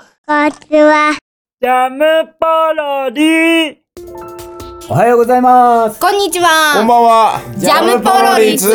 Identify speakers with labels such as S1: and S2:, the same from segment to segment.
S1: ちは。
S2: ジャムパロディ
S3: おはようございます。
S4: こんにちは。
S5: こんばんは。
S4: ジャムポロリツ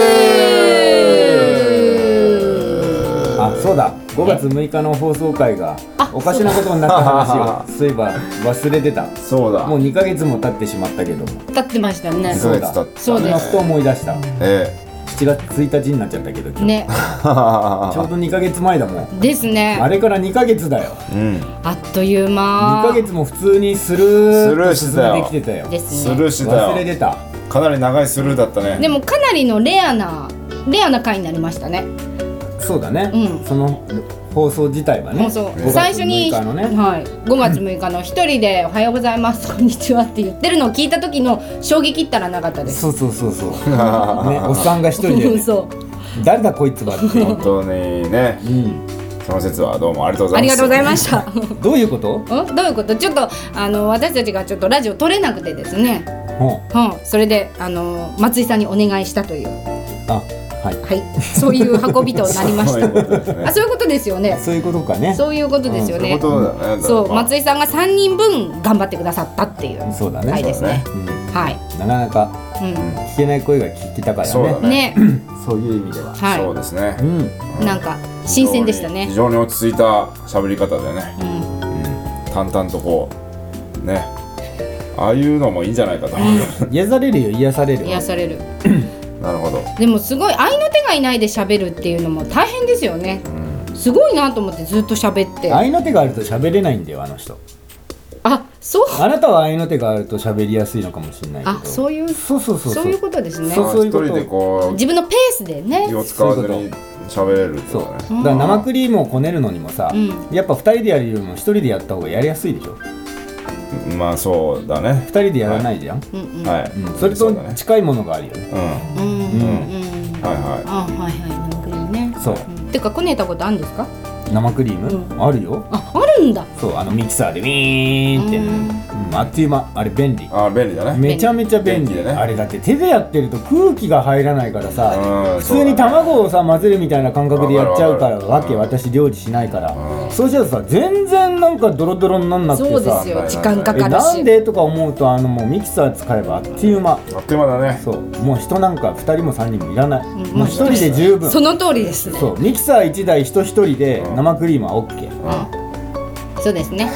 S3: あ、そうだ。5月6日の放送回がおかしなことになった話を そういえば忘れてた。
S5: そうだ。
S3: もう2ヶ月も経ってしまったけども。
S4: 立ってましたね。
S5: そうだ。た
S4: そう
S3: 今
S4: で
S3: ふと思い出した。
S5: え
S3: 7月1日になっちゃったけど、今日
S4: ね。
S3: ちょうど2ヶ月前だもん。
S4: ですね
S3: あ。れから2ヶ月だよ。
S5: え。うん。
S4: あっという
S3: 2
S4: 間。
S3: ヶ月も普通にスルー
S5: スルーしてたよ
S3: 進んできてたよ。
S4: です
S5: ス
S4: ね。
S5: ルーしてた
S3: 忘れ
S5: よ。
S3: てた。
S5: かなり長いスルーだったね。
S4: でもかなりのレアなレアな回になりましたね。
S3: そうだね。
S4: うん
S3: その放送自体はね。
S4: もうそう
S3: 5月
S4: 最初に、
S3: 6日のね。
S4: はい、5月6日の一人で「おはようございますこんにちは」って言ってるのを聞いた時の衝撃ったらなかったです。
S3: そうそうそうそう。ね、おっさんが一人で、ね、
S4: そう
S3: 誰だこいつはって。
S5: 本当にね。
S3: うん。
S5: その説はどうもありがとうござ
S4: あ
S5: い
S4: り
S5: ま
S4: が
S5: す。
S4: とうございました。
S3: どういうこと？
S4: ん どういうことちょっとあの私たちがちょっとラジオ撮れなくてですね、
S3: ほ
S4: うん、それであの松井さんにお願いしたという、
S3: うあ、はい。
S4: はい、そういう運びとなりまし
S5: そういうこと
S4: た。
S5: ですね
S4: あそういうことですよね。
S3: そういうことかね。そ
S4: そういうことですよ
S5: そうい
S4: ね
S5: う。ことだね。
S4: そう松
S5: 井。
S4: 井さんが3人分頑張ってくださったっていう
S3: うだね。
S4: 回ですね。
S3: うん。
S4: はい、
S3: なかなか
S4: うん
S3: 聞けない声が聞けたからね。
S5: そうだね
S4: ね、
S3: そういう意味では。
S4: は
S5: そう
S4: い、
S5: ですね
S3: う。ん。
S4: なんか新鮮でした
S5: 非
S4: ね。
S5: 常に落ち着いた喋り方 でね
S4: う。ん、
S5: 淡々とこうね。ああいうのもいいんじゃないかと。
S3: 癒されるよ、癒される。
S4: 癒される。
S5: なるほど。
S4: でもすごい愛の手がいないで喋るっていうのも大変ですよね。すごいなと思ってずっと喋って。
S3: 愛の手があると喋れないんだよ、あの人。
S4: あ、そう。
S3: あなたは愛の手があると喋りやすいのかもしれないけど。
S4: あ、そういう
S3: そうそうそう
S4: そういうことですね
S3: そ。う
S5: まあ
S3: そうい
S5: 一
S3: うこと
S5: 人でこ
S4: 自分のペースで
S5: う
S4: ね
S5: 気。を使わずに喋れるって
S3: そ
S5: こ
S3: う
S5: と
S3: だ
S5: だね。
S3: から生クリームをこねるのにもさ、
S4: う
S3: やっぱ2人でやるよりも1人でやった方がやりやすいでしょ2
S5: まあそうだね。
S3: 人でやらないじゃん、
S4: うんうん。
S5: はい。
S3: うん、それ
S5: う
S3: と
S5: だね
S3: 近いものがあるよね
S5: うん。は
S4: うんうんうん。
S5: いはい。
S4: あ、はいはい、生クリームね。
S3: そう
S4: うんてかこねたことあるんですか？
S3: 生クリーム、
S4: うん
S3: あるよ
S4: あ、あるんだ。
S3: そうあのミキサーでウィーンって、ねうん、あっという間あれ便利
S5: ああ便利だね。
S3: めちゃめちゃ便利
S5: 便利だね
S3: あれだって手でやってると空気が入らないからさ
S5: うん
S3: 普通に卵をさ混ぜるみたいな感覚でやっちゃうから
S5: わかる
S3: わ
S5: わか
S3: け
S5: る
S3: 私料理しないから
S5: うん
S3: そうしたらさ全然なんかドロドロになんなく
S4: そ
S3: て
S4: うで
S3: さ
S4: すよ。
S5: さ
S4: 時間か
S3: え
S4: かる
S3: なん
S4: し。
S3: でとか思うとあのもうミキサー使えばあっという間
S5: あっという間だね。
S3: そうもう人なんか2人も3人もいらない
S4: ん
S3: もう1人で十分
S4: そ
S3: そ
S4: の通りですね。
S3: うミキサー1台人1人で
S5: うん
S3: 生クリームは OK
S4: そうですね。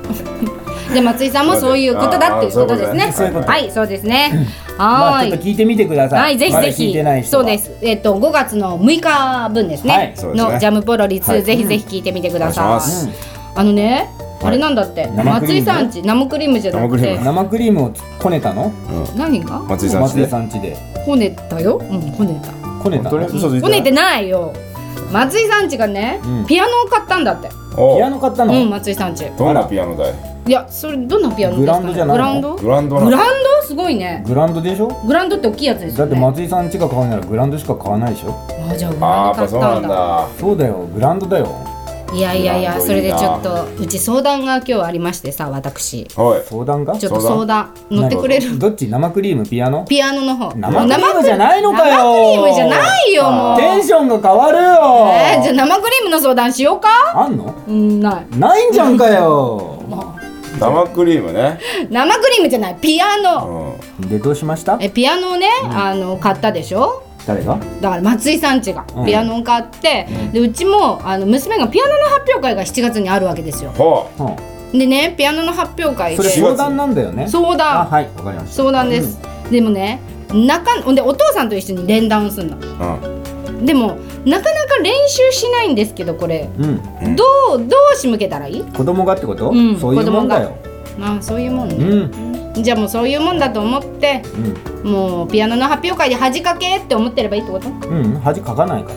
S4: で松井さんもそういうことだっていうことです
S5: あ
S4: ね
S5: ーそういうこと。ね
S4: はい、そうですね。
S3: まあ
S4: は
S3: ちょっ
S4: ーい。
S3: と聞いてみてください
S4: はい、ぜひ
S3: まだ
S4: ぜ
S3: 聞い
S4: ひ
S3: てない。人
S4: そ
S3: は
S4: うです。えっと5月の6日分です
S3: は
S4: ね
S3: い。
S5: そうですね
S4: のジャムポロリ
S5: は
S4: 2
S5: い
S4: ぜひぜひ聞いてみてくだ
S5: お願
S4: さ
S5: いします
S4: い。あのね、あれなんだって。
S3: 生ク
S4: 松
S3: リー
S4: 井
S3: ム
S4: さんち生クリームじゃなく
S5: 生クリ
S4: て
S5: ーム
S3: 生クリームをこねたの
S4: 何が
S5: 松井さん
S3: 松
S5: ち
S3: 井
S5: で。
S3: さん家で
S4: こねたよ。うん、こねた。
S3: こねたの
S5: 嘘つい
S4: こねてないよ。松井さんちがね
S3: うん、
S4: ピアノを買ったんだって。
S5: おう
S3: ピアノ買ったの、
S4: うん、松井さんち。
S5: どんなピアノだい。
S4: いや、それどんなピアノですかね
S3: グランドじゃないの
S4: グランド？
S5: グランド
S4: グ
S5: な。
S4: ランドすごいね。
S3: グランドでしょ
S4: グランドって大きいやつです
S3: だ
S4: よ
S3: って
S4: ね。
S3: 松井さん家が買うならグランドしか買わないでしょ
S4: あじゃあグ
S5: ああ
S4: ラン
S5: や
S4: ド買
S5: っぱ
S4: っ
S5: そう
S4: た
S5: なんん
S4: だ。
S5: だ。
S3: そうだよグランドだよ
S4: いやいやいや、
S5: グ
S4: そ
S5: ラ
S4: れ
S5: ンド
S4: で
S5: いいな
S4: ちょっとうち相談が今日ありましてさ、私ち
S5: はい。
S3: 相談が
S4: ょっと相談乗ってくれる？
S3: どっち生クリームピアノ
S4: ピアノの方。
S3: 生クリームじゃないのか
S4: 生
S3: よ
S4: クリームじゃないよもう。
S3: テンションが変わるよ
S4: えー、じゃあ生クリームの相談しようか？
S3: あんの
S4: うんない。
S3: ないんじゃんかよ
S5: 生クリームね。
S4: 生クリームじゃないピア
S5: う
S4: ノ。
S5: ん。
S3: でどうしました
S4: えピアノをね、あの買ったでしょ？
S3: 誰が
S4: だから松井さん家が
S3: うん
S4: ピアノを買って、でうちもあの娘がピアノの発表会が7月にあるわけですよ
S5: ほう。
S3: うん
S4: でねピアノの発表会
S3: そ
S4: で
S3: れ
S5: 4
S3: 相
S5: 月
S3: 談なんだよね
S4: 相
S3: あ
S4: 談
S3: はいわかりました
S4: 相談です、でもねなかほんでお父さんと一緒に連弾をするの
S5: うん。
S4: でもなかなか練習しないんですけどこれ
S3: うん
S5: うん
S4: どうどう仕向けたらいい
S3: 子供がってこと、
S4: うん
S3: そういうもんだよ
S4: あそういうもんね、
S3: うん
S4: じゃあもうそういうもんだと思ってもうピアノの発表会で恥かけって思ってればいいってこと
S3: うんうん恥かかないから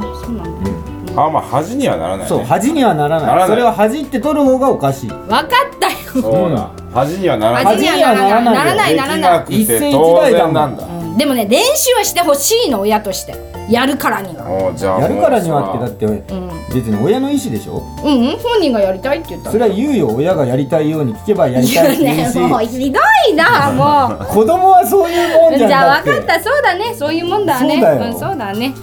S4: あそうなんだ
S5: あまあ恥にはならないね。
S3: そう恥にはならない
S5: ならない
S3: それは恥って取る方がおかしい
S4: 分かったよ
S5: そうだ。恥にはならない。
S4: 恥にはならないならないならない
S5: できなくて当然なんだ。
S4: うんでもね練習はしてほしいの親としてやるからには
S5: おうじゃあ
S3: やるからには
S5: もう
S3: っ
S5: さ
S3: てだって
S4: うん、
S3: 別に親の意思でしょ
S4: うんうん、本人がやりたいって言った
S3: そ
S4: の
S3: れは言うよ親がやりたいように聞けばやり
S4: い
S3: たい
S4: や
S3: って言 う
S4: ね
S3: し
S4: もうひどいな もう
S3: 子供はそういうもんじ
S4: じ
S3: ゃ
S4: ゃ
S3: んだ
S4: あ分かったそうだねそういうもんだね
S3: そうだよ
S4: んそうだね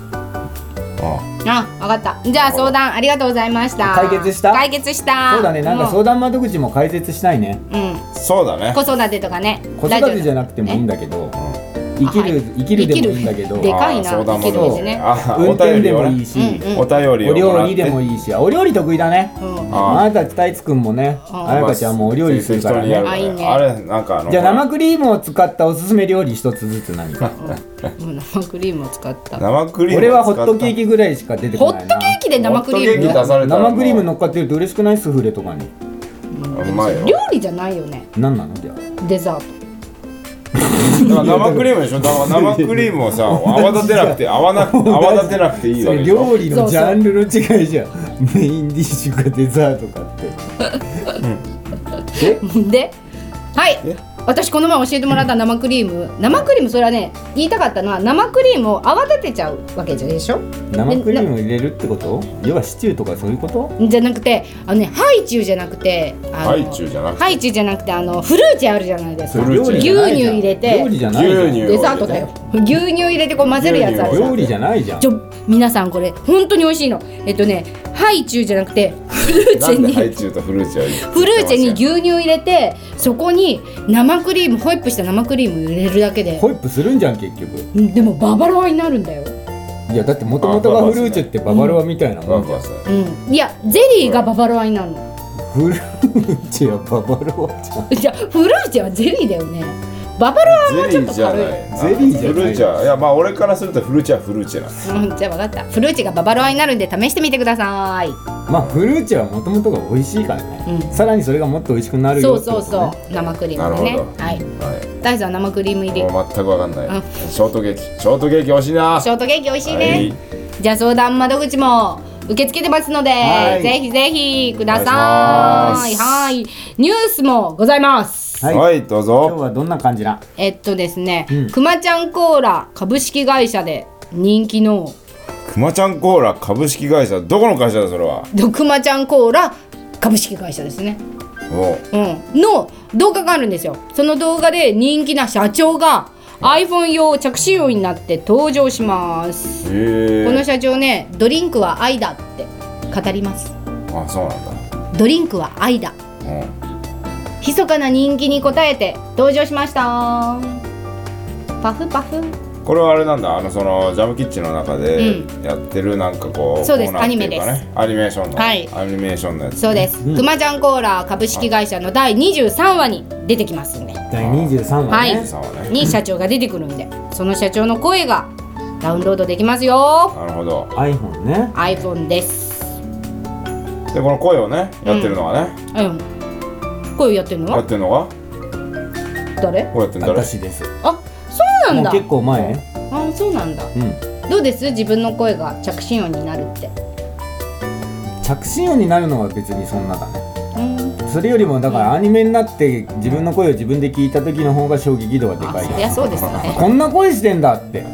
S5: う
S4: あ、わかった。じゃあ相談ありがとうございました。
S3: 解決した
S4: 解決した。
S3: そうだねなんか
S4: もう
S3: 相談窓口も開設したいね
S4: うん。
S5: んそうだね
S4: 子育てとかね。
S3: 子育てじゃなくてもいいんだけど生き
S4: はい
S3: る生きるでもいいんだけ
S4: 生
S3: ど
S4: きるでかいな
S5: あー相談
S4: 生き
S5: 窓
S4: る
S5: 口
S4: 道ね
S5: あ
S3: 運
S5: お
S3: 転
S5: 便り
S3: で
S5: を
S3: も
S5: ね
S3: いい
S4: う
S3: し
S4: ん
S5: お便り
S3: お
S5: をもら
S3: 料
S5: って
S3: 理でもいいしあお料理得意だね
S4: ラジオうん。
S5: あー
S3: あなた大津くんもね
S4: うん
S3: あやかちゃんもお料理するから
S5: 適当
S3: ね
S5: にやるから
S4: あいいね
S5: あれなんかあの
S3: じゃあ生クリームを使ったおすすめ料理一つずつ何か
S4: うん生クリームを使った。ホ
S5: 生クリーム
S3: 俺はホットケー
S5: キ
S3: キぐらいしか出て
S4: ット
S3: こ
S4: ケ
S3: ないな
S4: ーキで生クリーム。
S5: ホットケーキ出されたら
S3: 生クリーム乗っかってると嬉しくないスフレとかに
S5: うまいよ
S4: 料理じゃないよね。
S3: 何なのじゃあ
S4: デザー
S5: だから生クリームでしょだから生クリームをさ泡立てなくて 泡な泡立てなくていい
S3: そ
S5: わけ
S3: れ
S5: でしょ
S3: 料理のジャンルの違いじゃんメインディッシュかデザートかって
S4: ト。で、はい。私この前教えてもらった生クリーム、生クリームそれはね言いたかったのは生クリームを泡立てちゃうわけじゃでしょ。
S3: 生クリームを入れるってこと要はシチューとかそういうこと
S4: じゃなくてあのねハイチュウじゃなくてあの
S5: ハイチュウじゃなくて
S4: ハイチュウじゃなくてあのフルーチェあるじゃないですか
S5: フルーチェ
S4: 牛乳入れて
S3: 料理じゃないじゃん
S5: 牛乳
S4: デザートだよ牛乳入れてこう混ぜるやつあるじゃん
S3: 料理じゃないじゃん
S4: ちょ皆さんこれ本当に美味しいのえっとねハイチュウじゃなくてフルー
S5: な
S4: チェ
S5: んで
S4: に
S5: ハイチュウとフルーチェは
S4: フルーチェに牛乳入れてそこに生クリームホイップした生クリーム入れるだけで
S3: ホイップするんじゃん結局
S4: でもババロアになるんだよ、
S3: いやだってもともとがフルーチェってババロアみたいなもんじゃん
S4: うん、いやゼリーがババロアになるの
S3: フルーチェはババロアじゃん
S4: いやフルーチェはゼリーだよねババロアは
S5: ゼ
S4: ちょ
S5: リ
S4: っ
S5: ー
S4: と
S5: じゃ
S4: 軽い
S5: ない
S3: ゼリーじゃない
S5: フルーチェはいやまあ俺からするとフルーチェはフルーチェなんです
S4: うん、じゃあ分かったフルーチェがババロアになるんで試してみてください
S3: まあフルーチェはもともとが美味しいからね、
S4: うん
S3: さらにそれがもっと美味しくなる
S4: そ
S3: よ
S4: う
S3: ってこ
S4: そ
S3: と
S4: う
S3: ね
S4: そう生クリー
S5: なる
S4: ム
S5: ほ
S4: で
S5: ど
S4: ねはい
S5: は
S4: 大豆は生クリーム入
S5: い
S4: り
S5: もう全く分かんない
S4: あ
S5: ショートケーキショートケーキ惜しいな
S4: ショートケーキ美味しいね、
S5: はい
S4: じゃあ相談窓口も受け付けてますので、
S3: はい
S4: ぜひぜひください
S5: お願いします
S4: はいニュースもございます
S3: はい、
S5: はいど
S3: 今
S5: う
S3: 日
S5: ぞ
S3: はどんな感じな
S4: えっとですね、
S3: うん
S4: くまちゃんコーラ株式会社で人気の
S5: くまちゃんコーラ株式会社どこの会社だそれは
S4: くまちゃんコーラ株式会社ですね
S5: おう
S4: うん、の動画があるんですよその動画で人気な社長が iPhone 用着信音になって登場します
S5: へ
S4: この
S5: え
S4: 社長ねドリンクは愛だって語ります
S5: あそうなんだ
S4: ドリンクは愛だ
S5: うん
S4: 密かな人気に応えて登場しましたパフパフ
S5: これはあれなんだあのそのジャムキッチンの中でやってるなんかこう
S4: そうです
S5: コーナーっていかね
S4: アニメ
S5: アニメーションの
S4: はい
S5: アニメーションのやつ
S4: そうです、
S3: うん
S4: くまちゃんコーラ株式会社の第23話に出てきますんで
S3: 第23話ね、
S4: はい
S5: さんはね
S4: に社長が出てくるんでその社長の声がダウンロードできますよ
S5: なるほど
S3: iPhone ね
S4: iPhone です
S5: でこの声をねやってるのはね
S4: うん。声やってんの
S5: やっ
S4: は
S5: てるのが
S4: 誰？
S5: こうやってんだろ
S3: 私です
S4: あ、そうなん
S3: もう
S4: だ。
S3: 結構前
S4: あ、そうなんだ。
S3: うん
S4: どうです？自分の声が着信音になるって。
S3: 着信音になるのは別にそんなだね
S4: うん。
S3: それよりもだからアニメになって自分の声を自分で聞いた時の方が衝撃度はで
S4: あ、
S3: か
S4: そ
S3: い
S4: り
S3: よ
S4: ゃそうですよ ね。
S3: こんな声してんだって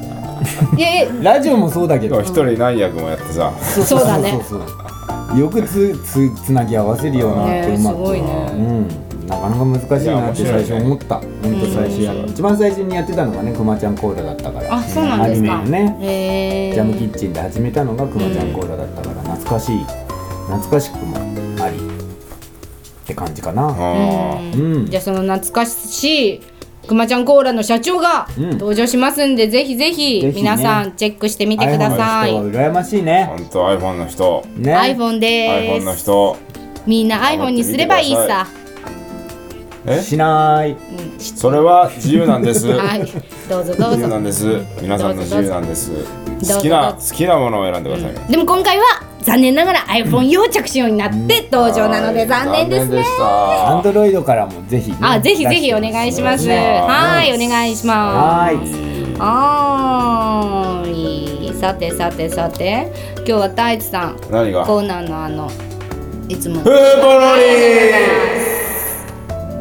S4: いやいや、
S3: ラジオもそうだけど
S5: 一人何役もやってさ
S4: そうだね
S3: そうそうそうよくつつつなぎ合わせるようなって
S4: ね
S3: うまく
S4: すごいね
S3: うん、なかなか難しいなって
S5: いや
S3: 最
S5: 面白いね
S3: 初思った、本当最初や、
S4: うん
S3: 一番最初にやってたのがねくまちゃんコーラだったから
S4: あ、そうなんですか。
S3: アニメのね
S4: へえ。
S3: ジャムキッチンで始めたのがくまちゃんコーラだったから懐かしい懐かしくもありって感じかな
S5: あ
S4: う
S5: ー
S4: ん
S3: うん
S4: じゃあその懐かしい。くまちゃんコーラの社長が
S3: うん
S4: 登場しますんで、ぜひぜひ
S3: ぜひね
S4: 皆さんチェックしてみてくださ
S3: iPhone
S4: い。
S3: の人は羨ましいね
S5: ほんと iPhone の人
S3: ね
S4: iPhone で
S5: iPhone
S4: す。
S5: の人
S4: みんな iPhone にすればいいさ。
S5: え
S3: しない
S5: それは自由なんです
S4: はい、どうぞどう
S5: 自由
S4: ぞ
S5: な。んです皆さんの自由なんです
S4: ぞ
S5: 好きな
S4: どうぞ
S5: 好きなものを選んでくださいね
S4: でも今回は残念ながら iPhone 用着信音になって登場なので残念ですね。
S3: ア
S5: は
S3: ンドロイドからもぜひね、
S4: あ、ぜひぜひお願いします。
S5: お願
S4: はいい、お願いし
S3: は
S4: ま
S5: い
S3: い
S5: 出し
S4: す。
S5: た
S4: はーい。さてさてさて、今日は太一さん、
S5: 何が
S4: コーナーのあの、いつも。
S5: フー
S4: は
S5: ボロ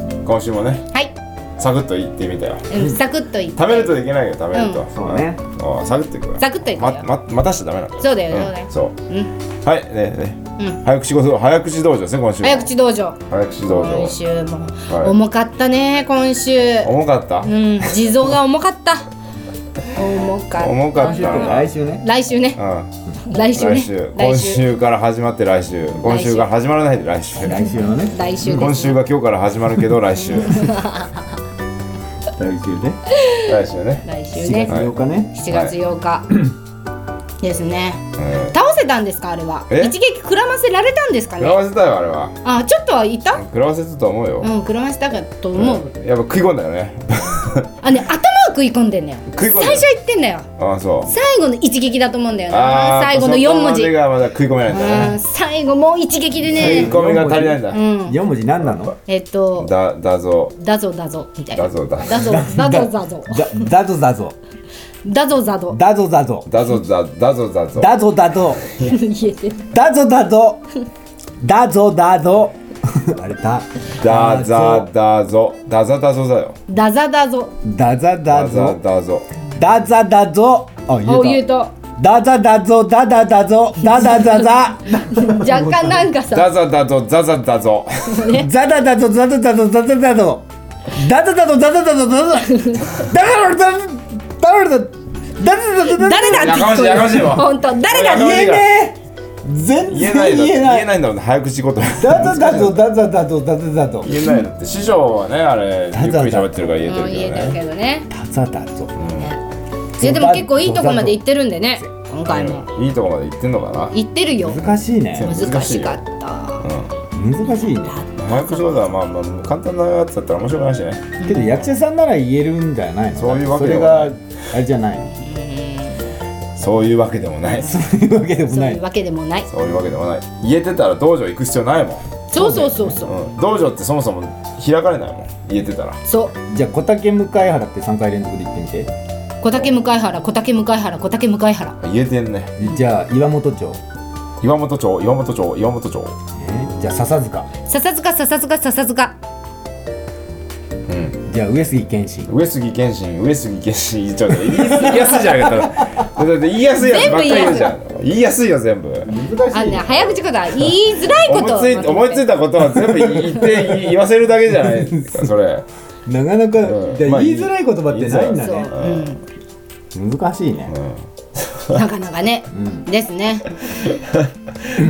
S5: リー今週もね
S4: い、
S5: サクッと言ってみたよ
S4: うんサクッとい
S5: 食べるといけないよ食べると、
S4: うん
S3: そうね
S5: うんサクッといくよ
S4: サクッといくよ
S5: まま待たしちゃダメなんだよ
S4: そうだよそうだよ
S5: んそう
S4: うん、
S5: はいねね、
S4: うん
S5: 早口道場早口道場ですね今週も
S4: 早口道場。
S5: 早口道場
S4: 今週も
S5: はい
S4: 重かったね、今週。
S5: 重かった、
S4: うん、地蔵が重かった。重かった
S5: 重か
S3: 今
S5: っ
S3: 週とか
S5: た
S3: 来週ね
S4: 来週ね
S5: なうん
S4: 来週
S5: 来
S4: ね
S5: 週今週から始まって来週今週から始まらないで来週
S3: 来週のね
S4: 来週で
S5: 今
S4: す
S5: 週が今日から始まる けど来週
S3: 来週ね
S5: 来週ね
S4: 来週
S3: 7月
S4: ね
S3: 8日ね
S4: 7月8日 ですね
S5: うん
S4: 倒せたんですかあれは
S5: え
S4: 一撃くらませられたんですか
S5: 食ら
S4: ね
S5: わせたよあれは
S4: あちょっとはいた
S5: 食らわせたと思うよ
S4: うんくらませたかと思う
S5: やっぱ食い込んだよね
S4: あね頭を食い込んでんだよ
S5: 食い込んでる
S4: 最初言ってんだよ
S5: ああそう
S4: 最後の一撃だと思うんだよ
S5: あ
S4: な
S5: あ
S4: 最後の4文字
S5: そこまでがまだ食い込めないんだ
S4: う
S5: ね
S4: ん最後もう一撃で
S5: 食い
S4: ね
S5: 込みが足りないんだ
S4: うん
S3: 4文字何なの
S4: えっと
S5: だだぞ
S4: だぞだぞみたいな
S5: だぞだぞ
S4: だぞだぞだぞ
S3: だだぞだぞ
S4: だぞだぞ
S3: だぞだぞ
S5: だぞだだぞだぞ
S3: だぞだぞ
S4: 言えてない
S3: だぞだぞだぞだぞあれだ
S5: だざだぞだざだぞだよ
S4: だざだぞ
S3: だざだ
S5: だざ
S3: ぞ
S5: だぞ
S3: だざだぞあ
S4: お
S3: 言
S4: 言
S3: え
S4: うと
S3: ただざだぞだだだぞだだだざ
S4: 若干なんかさ
S5: だざだぞざざだぞ
S3: ざだだぞざだだぞざだだぞだだだぞざだだぞざだだ
S4: 誰だって聞こ
S3: だだぞだだだぞだだだぞだだだぞだだだぞだだだぞだだだぞだだだぞ
S5: やかましいやかましいわ
S4: 本当誰だ
S5: やかま
S3: 言
S5: し
S3: え
S5: い
S3: ねえ全
S5: 言えな
S3: 然
S5: いだ
S3: 言えな
S5: 言え
S3: い
S5: ないんだもんね早口言葉
S3: だだだぞだだだぞだだだぞ
S5: 言えないだって師匠はねあれゆっくり喋ってるから言
S4: うん
S5: えて
S4: 言え
S5: る
S4: て
S5: けど
S4: る
S5: ね
S4: けどね
S3: だざだぞ
S4: いやでも結構いいとこまで行ってるんでね今回も
S5: うんいいとこまで言ってんのかな
S4: 行ってるよ
S3: 難しいね
S4: 難しかった
S3: 難しいね
S5: 早口言葉はまあまあ簡単なやつだったら面白くないしね
S3: けど役者さんなら言えるんじゃないの
S5: そういうわけ
S3: そ
S5: で
S3: れが
S5: は
S3: あれじゃないの
S5: そういうわけでもないそ
S3: そういうわけでも
S4: そう
S3: ないいう
S4: わけでもないう
S5: いうわけでもない言えてたら道場行く必要ないもん、
S4: そうそうそうそう
S5: うん、道場ってそもそも開かれないもん言えてたら
S4: そう
S3: じゃあ小竹向原って3回連続で言ってみて
S4: 小竹向原小竹向原小竹向原
S5: 言えてんね
S3: じゃあ岩本町
S5: 岩本町岩本町岩本町
S3: えじゃあ笹塚
S4: 笹塚笹塚笹塚
S5: うん
S3: じゃあ上杉謙信
S5: 上杉謙信上杉謙信言っちゃうから言い言いやすいじゃな かったらだって言いやすいやつばっかり言うじゃん言いやすいよ全部
S3: 難
S4: あのね早口言葉言いづらいことを
S5: 思いつい思いついたことは全部言って言わせるだけじゃないですかそれ
S3: なかなか、
S5: うん
S3: じゃあ
S5: まあ
S3: 言いづらい言葉ってないんだ
S4: そう、
S3: ね
S4: う
S3: 難しいね
S4: ん、なかなかね、ですね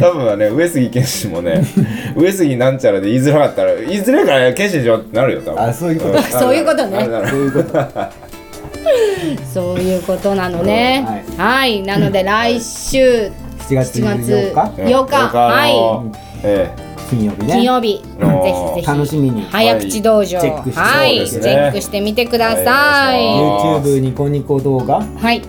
S5: 多分ね上杉謙信もね 上杉なんちゃらで言いづらかったら言いづらいから謙信しようってなるよ多分
S3: あそういうこと
S5: ん
S4: そういうことね
S5: なるなる
S3: そうい うこと
S4: そういうことなのね
S3: は
S4: はい、なので来週
S3: 7月
S4: 7月
S3: 14日
S5: うん
S4: 8日は
S5: のええ
S3: 金曜日ね
S4: 金曜日、
S5: あのー
S4: ぜひぜひ
S3: 楽しみに
S4: 早口道場
S3: チェックして
S4: はい
S5: そうです
S4: チ
S5: ね
S4: ェックしてみてください
S5: はいお願いしあー
S3: YouTube ニコニコ動画
S4: はい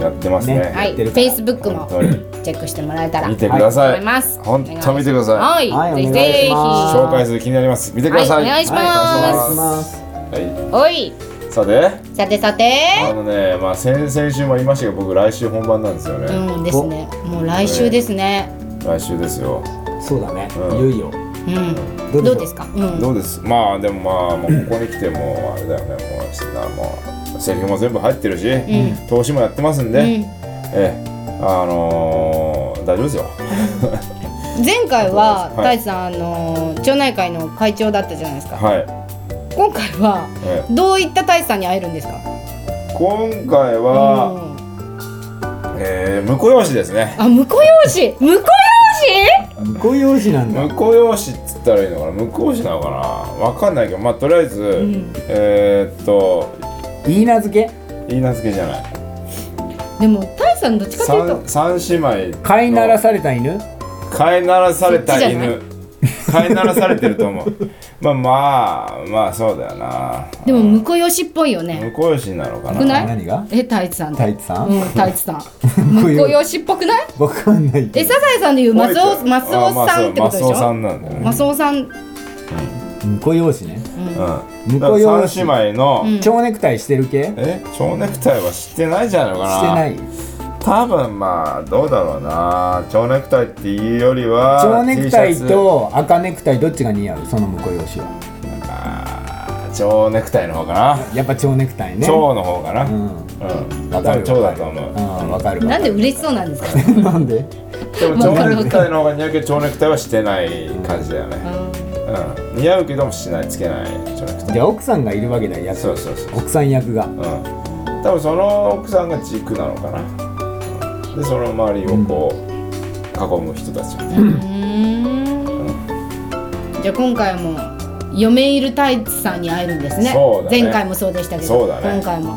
S5: やってますね
S3: ね
S4: はい
S3: やってる
S4: Facebook
S3: から
S5: 本当
S4: も
S5: に
S4: チェックしてもらえたら
S5: 見てくだ
S4: 思
S5: さ
S4: い
S5: い
S4: ます
S5: 本当見てくださ
S4: はい、
S3: は
S4: ぜ
S3: い
S4: ひ
S3: お
S4: ぜ
S3: 願い
S4: ひ
S3: しま
S5: い紹介する気になります見てくださ
S4: は
S5: い
S4: いお願いします
S5: はいお願いし
S3: ま
S5: ますすは
S4: おい
S5: いさて
S4: さてさて
S5: あのねまあ先先週も言いましたけど僕来週本番なんですよね
S4: うんですねもう来週ですね
S5: 来週ですよ
S3: そうだね、
S5: うん
S3: いよいよ
S4: うん
S3: どうでし
S4: ど
S3: ょう
S4: うですかうん
S5: どうですまあでもまあもうここに来てもうあれだよねもうなもうセリフも全部入ってるし、投資もやってますんで、
S4: うん
S5: ええあのー、大丈夫ですよ
S4: 前回は
S5: はい
S4: 太一さん、あのー町内会の会長だったじゃないですか
S5: は
S4: 今回は
S5: ええ
S4: どういった太一さんに会えるんですか
S5: い今回は、
S4: うん
S5: えー、婿養子ですね
S4: あ婿養子婿養子
S3: こういう用紙なんだ
S5: 婿養子っつったらいいのかな婿養子なのかなわかんないけどまあとりあえず、えー、っと
S3: 言い名付け
S5: 言い名付けじゃない
S4: でも太一さんどっちかというと
S5: 三三姉妹の
S3: 飼いならされた犬
S5: 飼いならされた
S4: そっちじゃない
S5: 犬飼いならされてると思う まあまあまあそうだよな
S4: でも婿養子っぽいよね
S5: 婿養子なのかな
S4: 少ない
S3: 何が
S4: え太一さん
S3: 太一さん
S4: うん太一さ ん
S3: 婿養
S4: 婿養子っぽくない
S3: わかんない
S4: え
S3: け
S4: サザエさんでいうマスオマスオ
S5: あ
S4: さん
S5: そ
S4: っ
S5: う
S4: てことでし
S5: マスオさ
S4: ょ
S5: んなんだよね
S4: マスオさん
S3: ど婿養子ね
S5: うん、
S3: 婿養子
S5: 三姉妹の、
S3: 蝶ネクタイしてる系
S5: え蝶ネクタイはしてないじゃないのかな
S3: してない
S5: 多分まあどうだろうな蝶ネクタイっていうよりは
S3: 蝶ネクタイ
S5: T シャツ
S3: と赤ネクタイどっちが似合うその婿養子は
S5: あー蝶ネクタイの方かな、
S3: やっぱ蝶ネクタイね
S5: 蝶の方かな
S3: う
S5: う、
S3: んん
S5: 多
S3: わか
S5: 分
S3: る
S5: 蝶だと思う、
S3: うんわかる
S4: なんで嬉しそうなん ですか
S3: なんで
S5: でも蝶ネクタイの方が似合うけど蝶ネクタイはしてない感じだよね、うん似合うけどもしないつけない蝶ネクタイ
S3: じゃあ奥さんがいるわけだ役
S5: そうそうそう
S3: 奥さん役が
S5: うん多分その奥さんが軸なのかなでその周りをこう囲む人たちみたいな
S4: じゃあ今回も嫁いるタイツさんに会えるんですね
S5: そうだね
S4: 前回もそうでしたけど
S5: そうだね
S4: 今回も
S5: う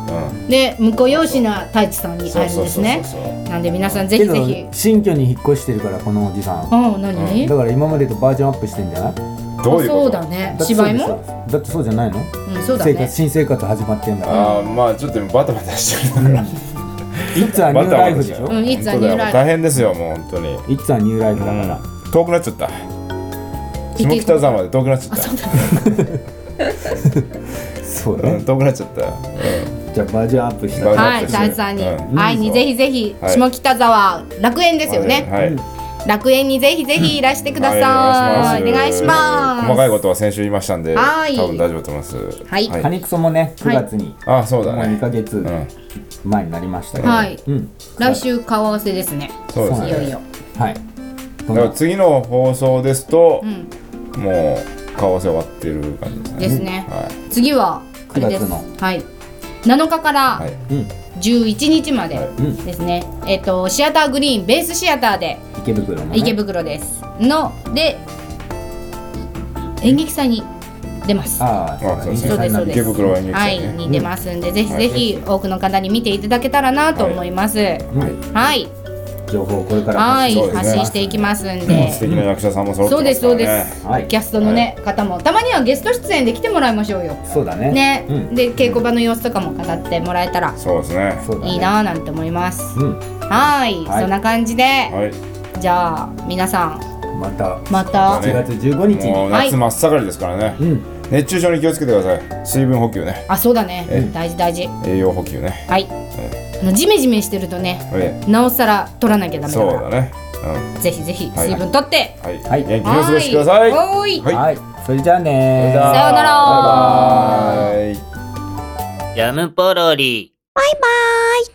S4: で婿養子な太一さん
S5: ん
S4: に
S5: そ
S4: 会える
S5: う
S4: ん
S5: そう
S4: です
S5: そうそう
S4: ね
S5: そう
S4: なんで皆さんぜ
S3: け
S4: ひ
S3: ど
S4: ぜひ
S3: 新居に引っ越してるからこのおじさん
S4: ああ何、
S3: だから今までとバージョンアップしてんじゃない
S5: どうい
S4: あ
S5: うこ
S4: そう
S5: と
S4: だね
S3: だってそう
S4: 芝
S3: で
S4: 居
S3: し
S4: も
S3: ょだってそうじゃないの
S4: うんそうだ
S3: 生
S4: ね
S3: 活新生活始まってんだから
S5: ああまあちょっとバタバタしてるか
S3: 「
S5: ら
S3: いつはニューライフ」でしょ
S5: バタバタ
S4: う
S5: し
S4: んいつは
S5: 本当だよ
S4: ニューライフ
S5: 大変ですよもう本当に
S3: 「いつはニューライフ」だから
S5: うん遠くなっちゃった下北沢まで遠くなっちゃった
S3: そう
S5: う
S3: ね
S5: ん遠くなっちゃった
S3: じゃあバージョンアップした
S5: バージョンアップ
S4: はい太一さんに、
S5: うん
S4: 会いにぜひぜひ、
S5: はい
S4: 下北沢楽園ですよね、
S5: はいはい
S4: 楽園にぜひぜひいらしてください、
S5: はい
S4: お願いします
S5: 細かいことは先週言いましたんで
S4: はい
S5: 多分大丈夫だと思います
S4: はい
S3: カニクソもね9
S4: はい
S3: 月に
S5: あそう
S3: も
S5: だ
S3: う2
S5: ね
S3: ヶ月
S5: うん
S3: 前になりましたけど
S4: はい
S3: うん
S4: 来週顔合わせですね
S5: そうです
S4: い
S5: ね
S4: よいよ
S3: はいど
S5: だ
S3: ん
S5: か
S3: な
S5: ら次の放送ですと
S4: ん
S5: もう顔合わせ終わってる感じですね
S4: ですね
S5: はい
S4: 次はあれです
S3: 9月の
S4: はい7日から
S5: はい
S3: うん
S4: 11日まで
S5: はい
S3: うん
S4: ですね、えっとシアターグリーンベースシアターで
S3: 池袋のね
S4: 池袋ですので演劇祭に出ます
S3: ああそう
S5: あ
S3: だ
S5: そう
S3: ね
S5: です
S4: そうですそうです
S5: 池袋演劇
S4: はい
S5: 祭ね
S4: に出ますんで、ぜひぜひ多くの方に見ていただけたらなと思いますはいはい、
S3: 情報をこれから
S4: はい
S5: そうですね
S4: 発信していきますんで、
S5: 素敵な役者さんも揃って
S4: そう
S5: ま
S4: ですすそ
S5: から
S4: うで
S5: ね
S4: す、
S3: はい
S4: キャストのね、方もたまにはゲスト出演で来てもらいましょうよ
S3: そうだね
S4: ね、
S3: うん
S4: で稽古場の様子とかも語ってもらえたら
S5: そうですね
S3: そうだね
S4: いいなぁなんて思います、
S3: うん
S4: はい
S3: はい
S4: そんな感じで、
S5: はい
S4: じゃあ皆さん
S3: また
S4: また
S5: ね
S3: 1月15日
S5: も
S3: に
S5: う夏真っ盛りですからね、
S3: うん
S5: 熱中症に気をつけてください水分補給ね
S4: あそうだね、
S5: え
S4: 大事大事
S5: 栄養補給ね
S4: はい、あのジメジメしてるとね
S5: はい
S4: なおさら取らなきゃダメだ
S5: そう
S4: から
S5: だね
S4: ぜひぜひ
S5: はい
S4: 水分取って、
S5: うんはい、
S3: はい
S5: 元気にお過ごしください
S4: はーい
S5: はい
S3: はいそれじゃあね
S5: それじゃあ
S4: さようなら
S5: バイバイ
S2: ジャムポロリ。
S1: バイバイ